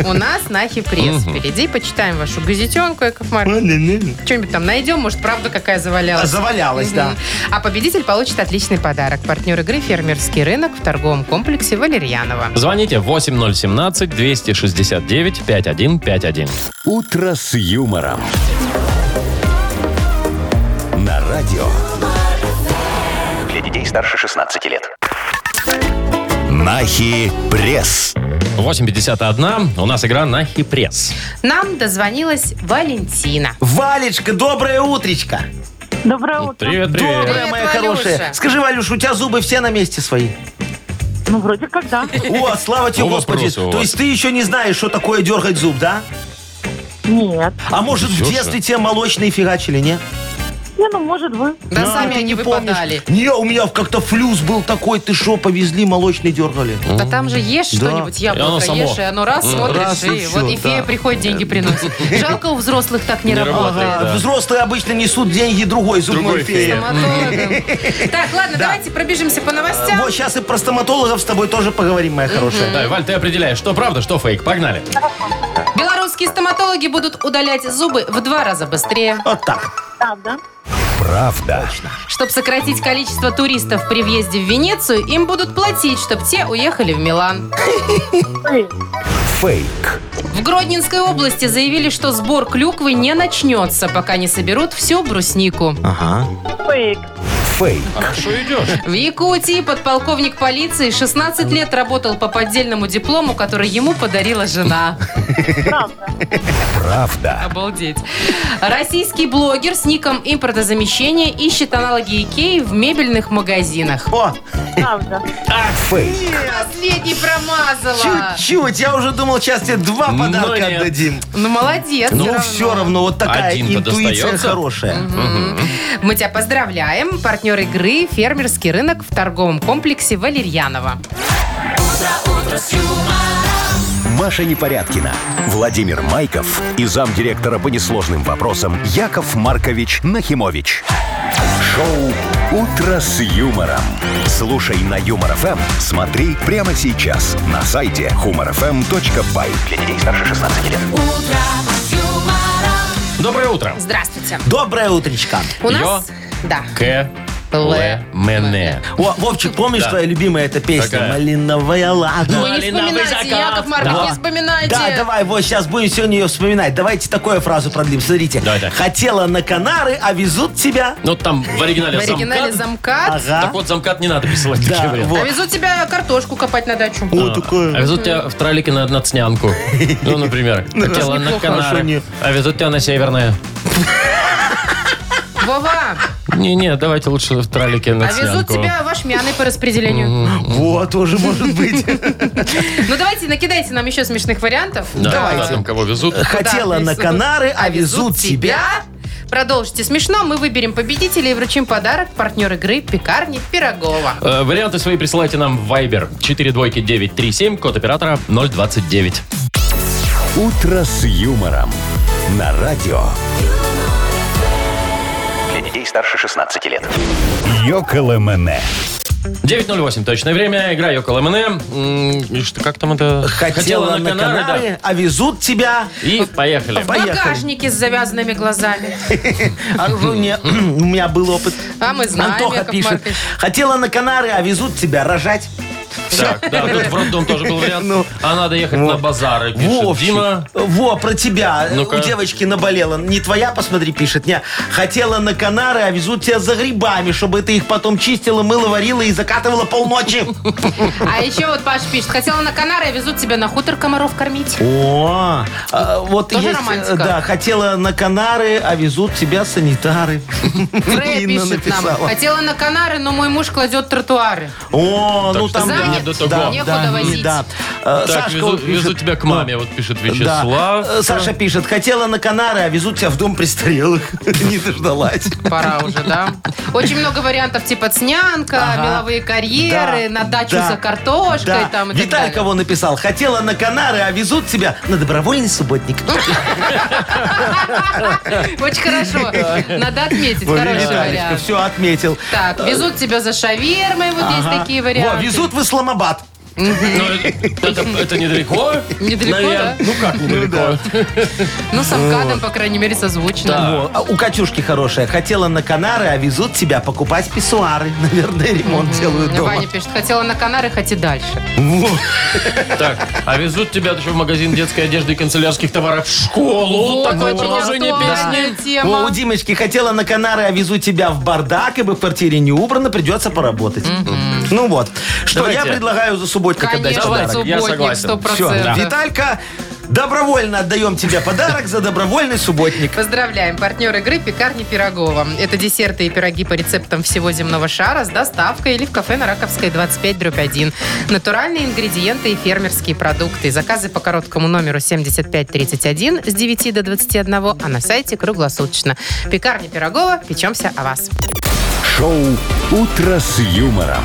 у нас нахи пресс. Впереди почитаем вашу газетенку, Яков Маркович. Что-нибудь там найдем, может, правда какая завалялась.
А, завалялась, да.
Мгм. А победитель получит отличный подарок. Партнер игры «Фермерский рынок» в торговом комплексе «Валерьянова».
Звоните 8017-269-5151.
«Утро с юмором». На радио.
Для детей старше 16 лет.
Нахи пресс.
8.51. У нас игра на хипресс.
Нам дозвонилась Валентина.
Валечка, доброе утречко.
Доброе утро.
Привет,
Доброе,
привет.
моя
Валюша.
хорошая. Скажи, Валюш, у тебя зубы все на
[LAUGHS]
месте свои?
Ну, вроде как да.
О, слава тебе,
По
Господи.
вопросу у
То
вас.
есть ты еще не знаешь, что такое дергать зуб, да?
Нет.
А может,
Всё
в
же.
детстве тебе молочные фигачили, не?
Не, ну, может, вы.
Да
Ну,
сами
ты
они
не помнишь?
выпадали.
Не, у меня как-то флюс был такой, ты шо, повезли, молочный дергали.
Ну,
А там же ешь
Да.
что-нибудь,
И оно
яблоко
само.
ешь, и оно раз,
М,
смотришь,
раз
и,
и всё,
вот и фея
да. Э,
приходит, деньги приносит. Жалко, у взрослых так не,
Не
работает.
работает.
А,
Да.
Взрослые обычно несут деньги другой зубной
Другой фее.
фее.
Стоматологам.
[LAUGHS]
Так, ладно, давайте пробежимся по новостям.
Вот сейчас и про стоматологов с тобой тоже поговорим, моя хорошая.
Да, Валь, ты определяешь, что правда, что фейк. Погнали.
Белорусские стоматологи будут удалять зубы в два раза быстрее.
Вот так.
Правда.
Правда.
Чтобы сократить количество туристов при въезде в Венецию, им будут платить, чтобы те уехали в Милан.
Эй,
Фейк.
В Гродненской области заявили, что сбор клюквы не начнется, пока не соберут всю бруснику.
фейк.
Фейк.
Хорошо идешь.
В Якутии подполковник полиции 16 лет работал по поддельному диплому, который ему подарила жена.
Правда.
Правда.
Обалдеть. Российский блогер с ником импортозамещения ищет аналоги Икеи в мебельных магазинах.
О,
Правда.
Фейк.
Последний промазала.
чуть-чуть, я уже думал, сейчас тебе два
Ну,
подарка
нет.
отдадим.
Ну, молодец.
Ну,
всё равно.
все равно, вот такая
Один-то
интуиция
достается?
хорошая.
Мы тебя поздравляем. Партнер игры «Фермерский рынок» в торговом комплексе «Валерьянова».
Маша Непорядкина, Владимир Майков и замдиректора по несложным вопросам Яков Маркович Нахимович. Шоу «Утро с юмором». Слушай на Юмор ФМ, смотри прямо сейчас на сайте humorfm.by.
Для детей старше 16 лет.
Доброе утро.
Здравствуйте.
Доброе утречко.
У нас... Да.
К. Л. М. Н.
О, Вовчик, помнишь,
Да.
твоя любимая эта песня?
Какая?
«Малиновая лада».
Вы не
Малиновый
вспоминайте,
закат.
Яков Маркович, не вспоминайте.
Да, давай, вот сейчас будем сегодня ее вспоминать. Давайте такую фразу продлим. Смотрите.
Давай, давай.
Хотела на Канары, а везут тебя.
Ну, там в оригинале
В оригинале
замкат.
замкат.
Ага.
Так вот, замкат не надо присылать.
Да,
такие варианты.
вот.
А везут тебя картошку копать на дачу.
Вот такое.
А везут тебя в тралике на, на Цнянку. Ну, например. Хотела на
неплохо, а что
Канары.
нет?
А везут тебя на Северное.
Вова,
Не-не, давайте лучше в тралике на
а везут
Цнянку.
тебя в Ашмяны по распределению.
Вот, тоже может [LAUGHS] быть.
Ну давайте накидайте нам еще смешных вариантов.
Да,
Давайте.
куда там кого
[LAUGHS]
везут.
Хотела на
везут.
Канары, а везут тебя.
Продолжите смешно, мы выберем победителя и вручим подарок партнер игры пекарни Пирогова.
Э, Варианты свои присылайте нам в Viber 42937, код оператора 029.
«Утро с юмором» на радио.
Для детей старше 16 лет.
Йоколэмэне.
9.08 точное время, игра Йокол МНМ. Как там это?
Хотела на
Канары, да.
Канары, а везут тебя.
И
[LAUGHS]
поехали.
В
Поехали.
багажнике с завязанными глазами.
А ну, не, У меня [CLEARS THROAT] был опыт.
А мы знаем,
Антоха
Яков
пишет.
Маркович.
Хотела на Канары, а везут тебя рожать.
Так, да, тут в роддом тоже был вариант.
Ну.
а надо ехать на базары, пишет
Вовчик.
Дима.
Во, про тебя.
Ну-ка.
У девочки наболела. Не твоя, посмотри, пишет. Не, хотела на Канары, а везут тебя за грибами, чтобы ты их потом чистила, мыла, варила и
[LAUGHS]
закатывала полночи.
А еще вот Паша пишет, хотела на Канары, а везут тебя на хутор комаров кормить.
О, а, вот
Тоже
есть,
романтика.
да, хотела на Канары, а везут тебя санитары.
Фрей
Инна
пишет нам,
написала.
хотела на Канары, но мой муж кладет тротуары.
О, ну
что
там
занят, не
да,
до того.
да,
Некуда
да,
возить.
не, да. Э,
Так,
Сашка
везу,
вот пишет,
везу тебя к маме, вот пишет Вячеслав.
[LAUGHS] Да. Э, Саша пишет, хотела на Канары, а везут тебя в дом престарелых. [LAUGHS] Не дождалась.
Пора уже, да? Очень много вариантов, типа цнянка,
Ага.
меловые карьеры,
Да,
на дачу
да,
за картошкой
да.
там и так
Виталь
далее.
кого написал? Хотела на Канары, а везут тебя на добровольный субботник.
Очень
[LAUGHS]
хорошо. Надо отметить.
Вот,
Хороший
Виталечка,
вариант.
все отметил.
Так, везут тебя за шавермой, вот есть
Ага.
такие
Во,
варианты.
везут в Исламабад.
Ну, это, это недалеко.
Недалеко,
наверное.
да?
Ну как недалеко?
Ну, с
Э.
Амкадом, по крайней мере, созвучно.
Во, а у Катюшки хорошая. Хотела на Канары, а везут тебя покупать писсуары. [LAUGHS] Наверное, ремонт делают дома.
Ваня пишет, хотела на Канары, хоть и дальше.
Так, а везут тебя еще в магазин детской одежды и канцелярских товаров в школу.
Вот
Такое
очень
продолжение песни.
актуальная
Во, Ну, у
тема.
Димочки хотела на Канары, а везу тебя в бардак, ибо в квартире не убрано, придется поработать. Ну вот. Что,
Давайте.
я предлагаю за субботника дать
Конечно,
подарок.
Я
субботник,
согласен.
сто
Все,
процентов.
Виталька, добровольно отдаем тебе подарок за добровольный субботник.
Поздравляем, партнер игры «Пекарни Пирогова». Это десерты и пироги по рецептам всего земного шара с доставкой или в кафе на Раковской 25 дробь 1. Натуральные ингредиенты и фермерские продукты. Заказы по короткому номеру 7531 с 9 до 21, а на сайте круглосуточно. Пекарни Пирогова. Печемся о вас.
Шоу «Утро с юмором»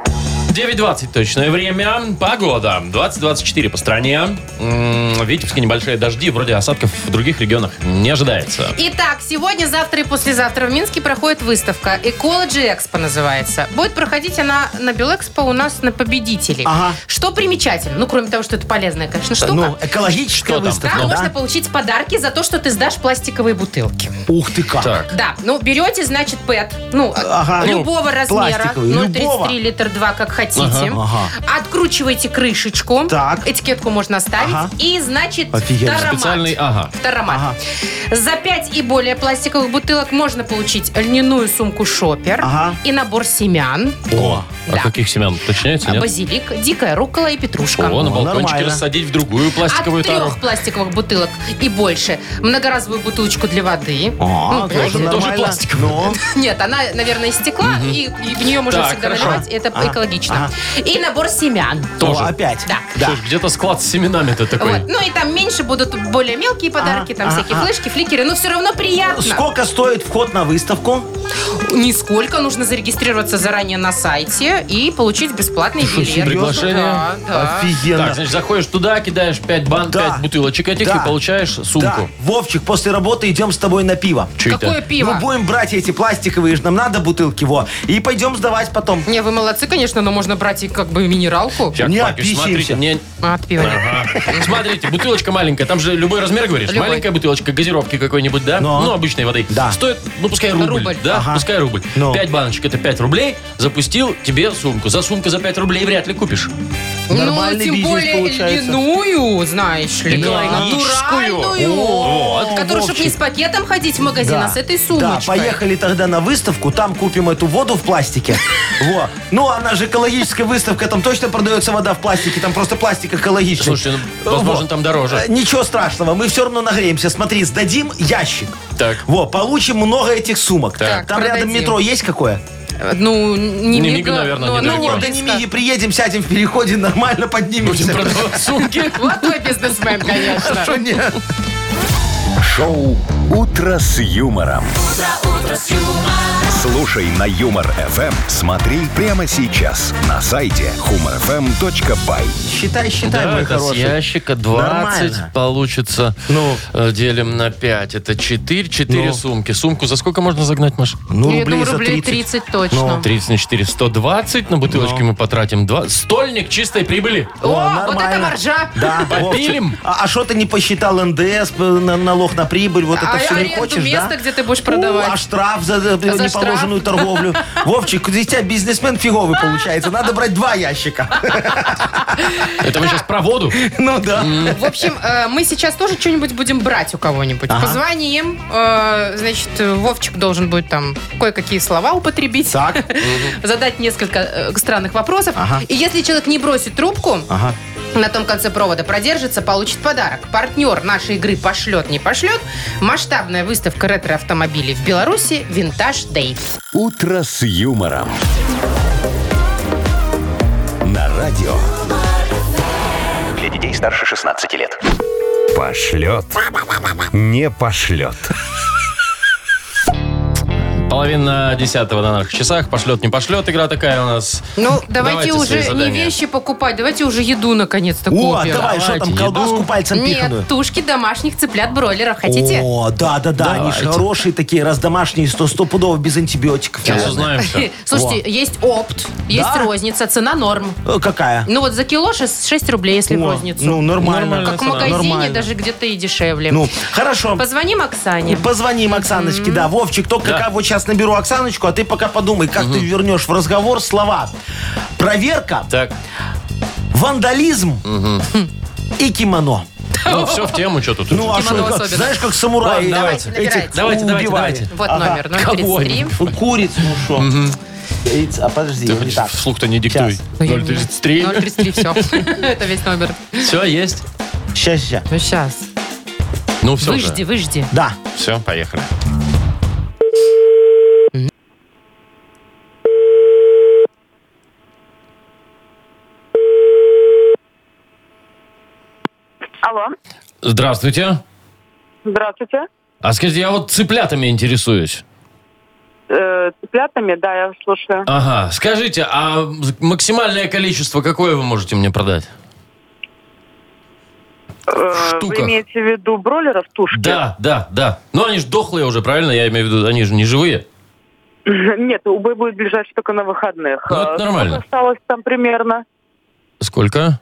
9.20 точное время. Погода. 20-24 по стране. М, В Витебске небольшие дожди. Вроде осадков в других регионах не ожидается.
Итак, сегодня, завтра и послезавтра в Минске проходит выставка Ecology Expo называется. Будет проходить она на Белэкспо у нас на победителей.
Ага.
Что примечательно, ну, кроме того, что это полезная, конечно, штука.
Ну, экологическая
Что там?
выставка,
Там
Ну да?
А, можно получить подарки за то, что ты сдашь пластиковые бутылки.
Ух ты как.
Так.
Да, ну берете, значит, пэт, ну,
Ага.
любого
Ну,
размера,
пластиковый,
0,33
любого.
литр 2, как хотите.
Ага,
Откручиваете крышечку,
Так.
этикетку можно оставить,
Ага.
и, значит,
Офигенно.
таромат.
Специальный, а. ага.
Таромат.
Ага.
За 5 и более пластиковых бутылок можно получить льняную сумку шопер
Ага.
и набор семян,
О,
А
Да. А
каких семян? Уточняется, нет?
базилик, дикая рукола и петрушка.
О, на
О,
балкончике
нормально.
рассадить в другую пластиковую
Ну, От трех
тару.
пластиковых бутылок и больше. Многоразовую бутылочку для воды.
а,
Ну,
тоже
тоже
нормально.
пластиковый.
Ну,
Нет, она, наверное, из стекла, и, и в нее можно
Так,
всегда
хорошо.
наливать. Это экологично. конечно. И набор семян.
Тоже.
О, опять.
Да.
Что ж, где-то склад с семенами-то такой.
Вот. Ну и там меньше будут более мелкие подарки, там всякие флешки, фликеры, но все равно приятно.
Сколько стоит вход на выставку?
Нисколько. Нужно зарегистрироваться заранее на сайте и получить бесплатный
Что,
билет.
приглашение?
Да, да.
Офигенно.
Так, значит, заходишь туда, кидаешь 5 бан,
Да.
5 бутылочек этих
Да.
и получаешь
Да,
сумку.
Вовчик, после работы идем с тобой на пиво.
Чё это?
Какое пиво?
Ну,
Мы будем брать эти пластиковые, ж нам надо бутылки, во. И пойдем сдавать потом.
Не, вы молодцы, конечно, но можно брать и как бы минералку.
Яков
Не
Маркович, смотрите,
описываемся.
не-
А, От пива.
Ага. Ну, Смотрите, бутылочка маленькая, там же любой размер, говоришь?
Любой.
Маленькая бутылочка газировки какой-нибудь, да?
Но.
Ну, обычной воды.
Да.
Стоит, ну, пускай рубль.
Рубль.
Да,
Ага. Ну.
пускай рубль.
Но.
Пять баночек, это 5 рублей. Запустил тебе сумку. За сумку за 5 рублей вряд ли купишь.
Ну,
Нормальный
тем
бизнес
более
получается.
льняную, знаешь ли.
Экологическую.
Натуральную.
Вот.
Которую, чтобы не с пакетом ходить в магазин, а с этой сумочкой.
Да, поехали тогда на выставку, там купим эту воду
[LAUGHS]
в пластике. Во. Ну, она же экологическая выставка, там точно продается вода в пластике, там просто пластик экологичный.
Слушай, ну, возможно,
Во.
там дороже.
Э, Ничего страшного, мы все равно нагреемся. Смотри, сдадим ящик.
Так.
Во, получим много этих сумок.
Так.
Там рядом
Продадим.
метро есть какое?
Ну, не,
Не мига, наверное,
но-
не
ну,
далеко.
вот
До
близко.
Немиги приедем, сядем в переходе, нормально
Будем
поднимемся.
продавать
[LAUGHS]
сумки.
[LAUGHS] Вот твой бизнесмен, конечно.
Что нет?
Шоу «Утро с юмором». Слушай на Юмор ФМ. Смотри прямо сейчас на сайте humorfm.by.
Считай, считай,
Да,
мой
это с
хороший.
ящика 20
Нормально.
получится.
Ну.
Э, Делим на 5. Это 4, 4
Ну.
сумки. Сумку за сколько можно загнать, Маш?
Ну,
Я думаю,
за Ну,
рублей 30 точно.
30 на 4, 120. На бутылочки мы потратим 2. Стольник чистой прибыли.
О, вот
нормально.
это маржа.
Да,
Попилим.
Вовчик. А что ты не посчитал НДС, п- на- налог на прибыль, вот это
А
все не
аренду
хочешь,
места,
да?
где ты будешь
О, а
продавать.
штраф за, э,
за [LAUGHS]
неположенную торговлю. Вовчик, у тебя бизнесмен фиговый получается. Надо брать два ящика. [LAUGHS]
Это
[LAUGHS]
вы сейчас про воду?
Ну да.
В общем, э, мы сейчас тоже что-нибудь будем брать у кого-нибудь.
Ага.
Позвоним. э, Значит, э, Вовчик должен будет там кое-какие слова употребить.
Так.
Задать несколько э, странных вопросов.
Ага.
И если человек не бросит трубку,
Ага.
на том конце провода продержится, получит подарок. Партнер нашей игры «Пошлет, не пошлет» – масштабная выставка ретро-автомобилей в Беларуси «Винтаж Дэй».
«Утро с юмором». На радио
Для детей старше 16 лет.
пошлет. Не пошлет.
Половина десятого на наших часах. Пошлет, не пошлет. Игра такая у нас.
Ну, давайте,
Давайте свои
уже не
задания.
вещи покупать, давайте уже еду наконец-то купим.
О, давай, что там,
Давайте,
колбаску
еду.
пальцем пиханую?
Нет, тушки домашних цыплят-бройлеров. Хотите?
О, да, да, да, они же
Давайте.
хорошие такие, раздомашние, сто стопудово без антибиотиков.
Сейчас
наверное.
узнаем все.
[LAUGHS] Слушайте, есть опт, есть
Да?
розница, цена норм.
Э, Какая?
Ну вот за кило 6, рублей, если в
О,
розницу.
Ну, нормально.
как в магазине,
Нормально.
даже где-то и дешевле.
Ну, хорошо.
Позвоним Оксане.
Позвоним Оксаночке, да. Вовчик, только
Да.
я вот сейчас наберу Оксаночку, а ты пока подумай, как ты вернешь в разговор слова. Проверка,
Так,
вандализм и кимоно.
[LAUGHS]
ну все в тему, что тут.
Ну, а
Кимоно
что, как-
особенно.
знаешь, как самураи
Ладно,
давайте,
этих
набирайте.
Давайте, давайте,
убивали.
давайте.
Вот
Ага.
номер, номер
Кого
33.
Ну, куриц, ну что? Яиц- А подожди,
Ты
не
хоть
так.
вслух-то не диктуй.
Щас.
Ну, я не-
033.
033, все. [LAUGHS] Это весь номер.
Все, есть.
Щас, щас.
Ну, сейчас.
Ну, все.
Выжди, выжди.
Да.
Все, поехали.
Алло,
Здравствуйте.
здравствуйте.
А скажите, я вот цыплятами интересуюсь.
Э, Цыплятами, да, я слушаю.
Ага. Скажите, а максимальное количество какое вы можете мне продать?
Э,
А, штуках.
Вы имеете в виду бройлеров, тушки?
Да, да, да. Ну, они же дохлые уже, правильно? Я имею в виду, они же не живые.
[LAUGHS] Нет, убой будет ближайший только на выходных.
Ну, это
Э,
нормально.
сколько Осталось там примерно.
Сколько?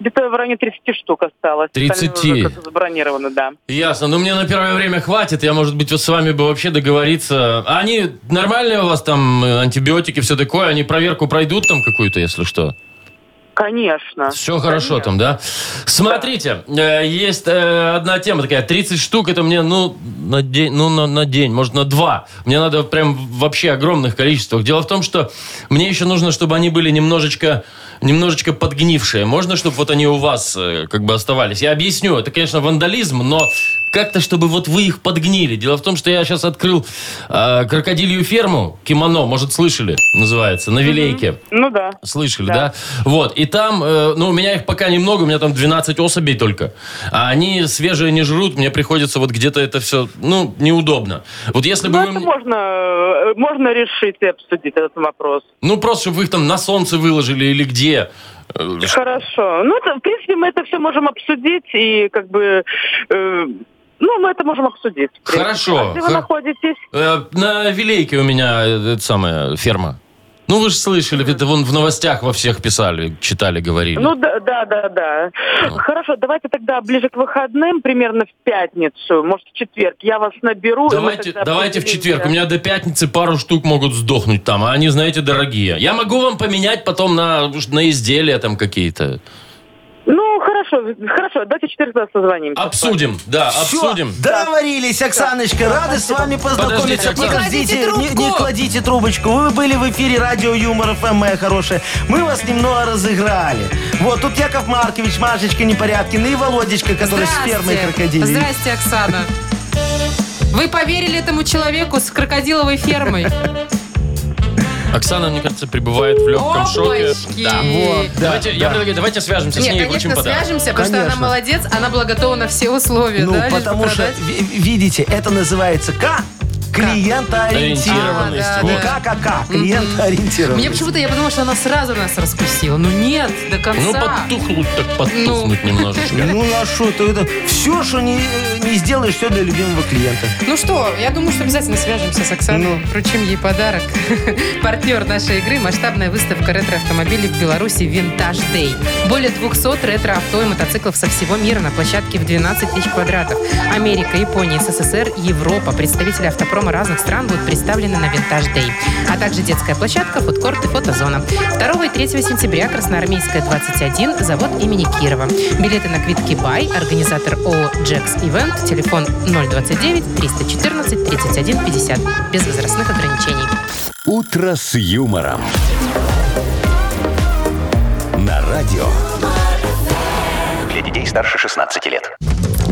Где-то в районе 30 штук осталось.
30.
Остальные уже как-то забронированы, да.
Ясно. Ну, мне на первое время хватит. Я, может быть, вот с вами бы вообще договориться. А Они нормальные у вас там э, антибиотики, все такое? Они проверку пройдут там какую-то, если что?
Конечно.
Все хорошо
Конечно.
там, да? Смотрите, э, есть э, одна тема такая. 30 штук, это мне, ну, на день, ну, на, на день, может, на два. Мне надо прям вообще огромных количествах. Дело в том, что мне еще нужно, чтобы они были немножечко, немножечко подгнившие. Можно, чтобы вот они у вас э, как бы оставались? Я объясню. Это, конечно, вандализм, но как-то, чтобы вот вы их подгнили. Дело в том, что я сейчас открыл э, крокодилью ферму, кимоно, может, слышали, называется, на Вилейке.
Ну да.
Слышали, да. Вот, и там, э, ну, у меня их пока немного, у меня там 12 особей только. А они свежие не жрут, мне приходится вот где-то это все, ну, неудобно. Вот если бы
Ну,
вы...
это
мне-
можно, э, можно решить и обсудить этот вопрос.
Ну, просто, чтобы вы их там на солнце выложили или где. Э,
Хорошо. Ну, это, в принципе, мы это все можем обсудить и как бы... э, ну, мы это можем обсудить. в принципе.
Хорошо.
А Где вы
Хо-
находитесь?
Э, На Вилейке у меня э, это самая ферма. Ну, вы же слышали, это вон в новостях во всех писали, читали, говорили.
Ну, да, да, да, да.
Ну.
Хорошо, давайте тогда ближе к выходным, примерно в пятницу, может, в четверг. Я вас наберу. и мы
давайте
тогда
давайте в
определимся.
четверг. У меня до пятницы пару штук могут сдохнуть там, а они, знаете, дорогие. Я могу вам поменять потом на, на изделия там какие-то.
Ну, хорошо, хорошо, давайте в четверг тогда созвонимся.
А- Обсудим, да,
Всё,
обсудим.
договорились, Оксаночка. Рады с вами
Подождите,
познакомиться.
Оксана.
Не кладите
не,
трубку.
не кладите трубочку. Вы были в эфире радио Юмор ФМ, моя хорошая. Мы вас немного разыграли. Вот тут Яков Маркович, Машечка Непорядкина и Володечка, который с фермой крокодилей.
Здрасте, Оксана. Вы поверили этому человеку с крокодиловой фермой?
Оксана, мне кажется, пребывает в легком шоке.
Облачки.
Да.
Вот, да,
давайте, я предлагаю, давайте свяжемся с
Нет,
ней и вручим
конечно,
подарок.
свяжемся, потому что она
Конечно.
молодец, она была готова на все условия,
Ну,
да, лишь бы
потому что, [LAUGHS]
продать.
ви- видите, это называется К. Клиентоориентированность.
А, да,
Не
да.
К, а К. Клиентоориентированность.
Мне почему-то, я подумала, что она сразу нас раскусила. Ну нет, до конца.
Ну, подтухнуть так подтухнуть немножечко.
Ну, а что ты это? Все, что не, не сделаешь, все для любимого клиента.
Ну что, я думаю, что обязательно свяжемся с Оксаной, вручим ей подарок. [LAUGHS] Партнер нашей игры – масштабная выставка ретро-автомобилей в Беларуси «Винтаж Дэй». Более 200 ретро-авто и мотоциклов со всего мира на площадке в 12 тысяч квадратов. Америка, Япония, СССР, Европа. Представители автопрома разных стран будут представлены на «Винтаж Дэй». А также детская площадка, фудкорт и фотозона. 2 и 3 сентября Красноармейская, 21, завод имени Кирова. Билеты на квитки «Бай», организатор ООО «Джекс Ивент», телефон 029-314-3150. Без возрастных ограничений.
«Утро с юмором». На радио.
Для детей старше 16 лет.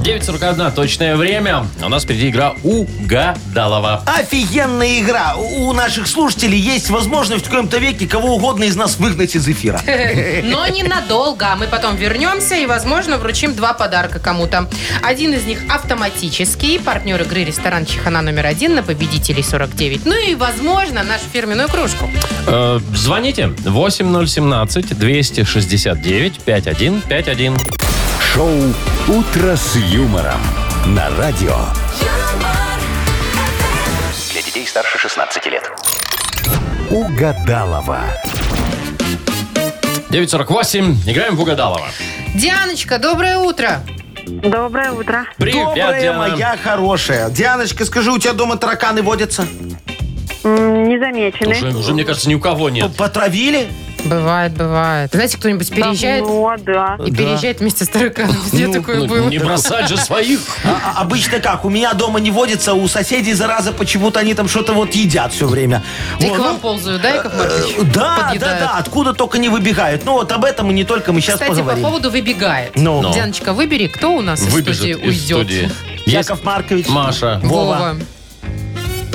9.41, точное время. У нас впереди игра Угадалова.
Офигенная игра. У у наших слушателей есть возможность в каком-то веке кого угодно из нас выгнать из эфира.
Но ненадолго. а Мы потом вернемся и, возможно, вручим два подарка кому-то. Один из них автоматический. Партнер игры ресторан Чехана номер один на победителей 49. Ну и, возможно, нашу фирменную кружку.
Э, звоните 8017-269-5151.
Шоу «Утро с юмором». На радио.
Для детей старше 16 лет.
Угадалова.
9.48, играем в Угадалова.
Дианочка, доброе утро.
Доброе утро.
[LAUGHS] Привет,
Добрая
Диана.
моя хорошая. Дианочка, скажи, у тебя дома тараканы водятся?
М, Не замечены.
Уже, уже, мне кажется, ни у кого нет.
Потравили?
Бывает, бывает. Знаете, кто-нибудь переезжает
Ну, а,
Давно, да.
и переезжает вместе с тараканом. Где такое
Ну,
было?
не бросать же своих.
А- а- обычно как? У меня дома не водится, у соседей зараза почему-то они там что-то вот едят все время.
И
Вот,
к
ну,
вам ползают, да, Яков Маркович?
э, да, да,
Подъедают.
да, откуда только не выбегают. Ну вот об этом и не только мы сейчас
Кстати,
поговорим.
по поводу выбегает.
Ну.
Ну.
Дианочка, выбери, кто у нас из студии
Выбежит
уйдет.
из студии. Есть?
Яков Маркович.
Маша.
Вова.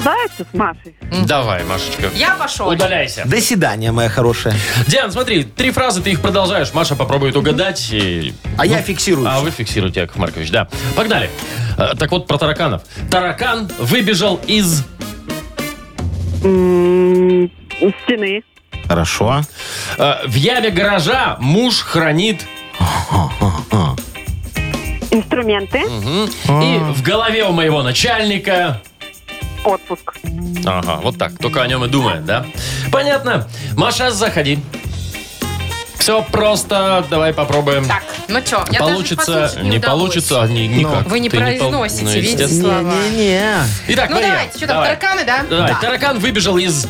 Знаете, с Машей?
Давай, Машечка.
Я пошел.
Удаляйся.
До свидания, моя хорошая.
Диан, смотри, три фразы ты их продолжаешь. Маша попробует угадать. и-
А я фиксирую.
А вы фиксируете, Яков Маркович, да. Погнали. Э, Так вот, про тараканов. Таракан выбежал из...
М, Стены.
Хорошо.
э, В яме гаража муж хранит...
Инструменты.
И в голове у моего начальника...
Отпуск.
Ага, вот так. Только о нем и думает, да? Понятно. Маша, заходи. Все просто. Давай попробуем.
Так, ну что, я даже
получится,
послушать
не,
удалось.
получится, а, ни- никак.
Вы не
Ты пол-
произносите,
ну,
видите,
естественно.
слова.
Не-не-не.
Итак,
Ну
Мария,
давайте, что там,
давай.
тараканы, да?
Давай,
Да.
таракан выбежал из...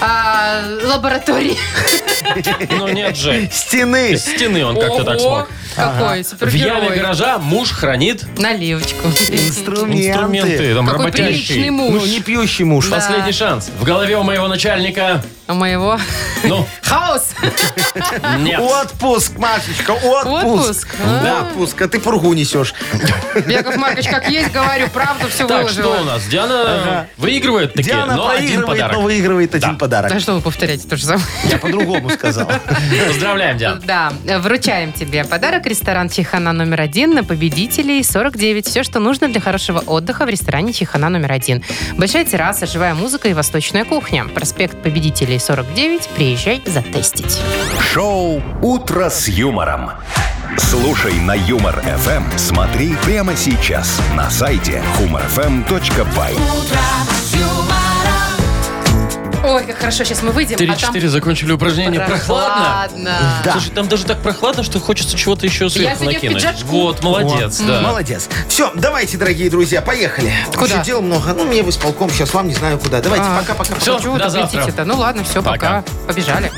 А, лаборатории.
Ну нет же.
Стены.
Из стены он как-то Ну, так
Ого,
смог.
Какой
В яме
супергерой.
гаража муж хранит
Наливочку.
Инструменты.
инструменты. Ну, Там
Какой
работящие.
приличный муж.
Ну, не пьющий муж.
Да.
Последний шанс. В голове у моего начальника...
А моего [LAUGHS]
Ну,
хаос.
нет.
Отпуск, Машечка, отпуск.
Отпуск, а.
Да, отпуск, а ты пургу несешь.
Яков Маркович, как есть, говорю, правду все
Так, что у
выложила.
нас? Диана выигрывает таки,
Диана
но ну, один
проигрывает,
подарок.
но выигрывает один
Да.
Да
подарок.
что вы повторяете то же самое?
Я по-другому сказал.
Поздравляем, Диана.
[LAUGHS] Да, э, вручаем тебе подарок ресторан Чехана номер один на победителей 49. Все, что нужно для хорошего отдыха в ресторане Чехана номер один. Большая терраса, живая музыка и восточная кухня. Проспект Победителей 49. Приезжай затестить.
Шоу «Утро с юмором». Слушай на Юмор ФМ. Смотри прямо сейчас на сайте humorfm.by.
Ой, как хорошо, сейчас мы выйдем. а там
4-4 закончили упражнение. Прохладно.
прохладно.
Да.
Слушай, там даже так прохладно, что хочется чего-то еще сверху
сегодня в
накинуть.
пиджачку.
Вот, молодец,
О,
да.
Молодец. Все, давайте, дорогие друзья, поехали.
Куда?
Еще дел много. Ну, мне в исполком сейчас, вам не знаю куда. Давайте,
А.
пока-пока.
Все,
Чего вы
до
так
завтра.
летите-то? Ну ладно, все,
Пока.
пока. Побежали.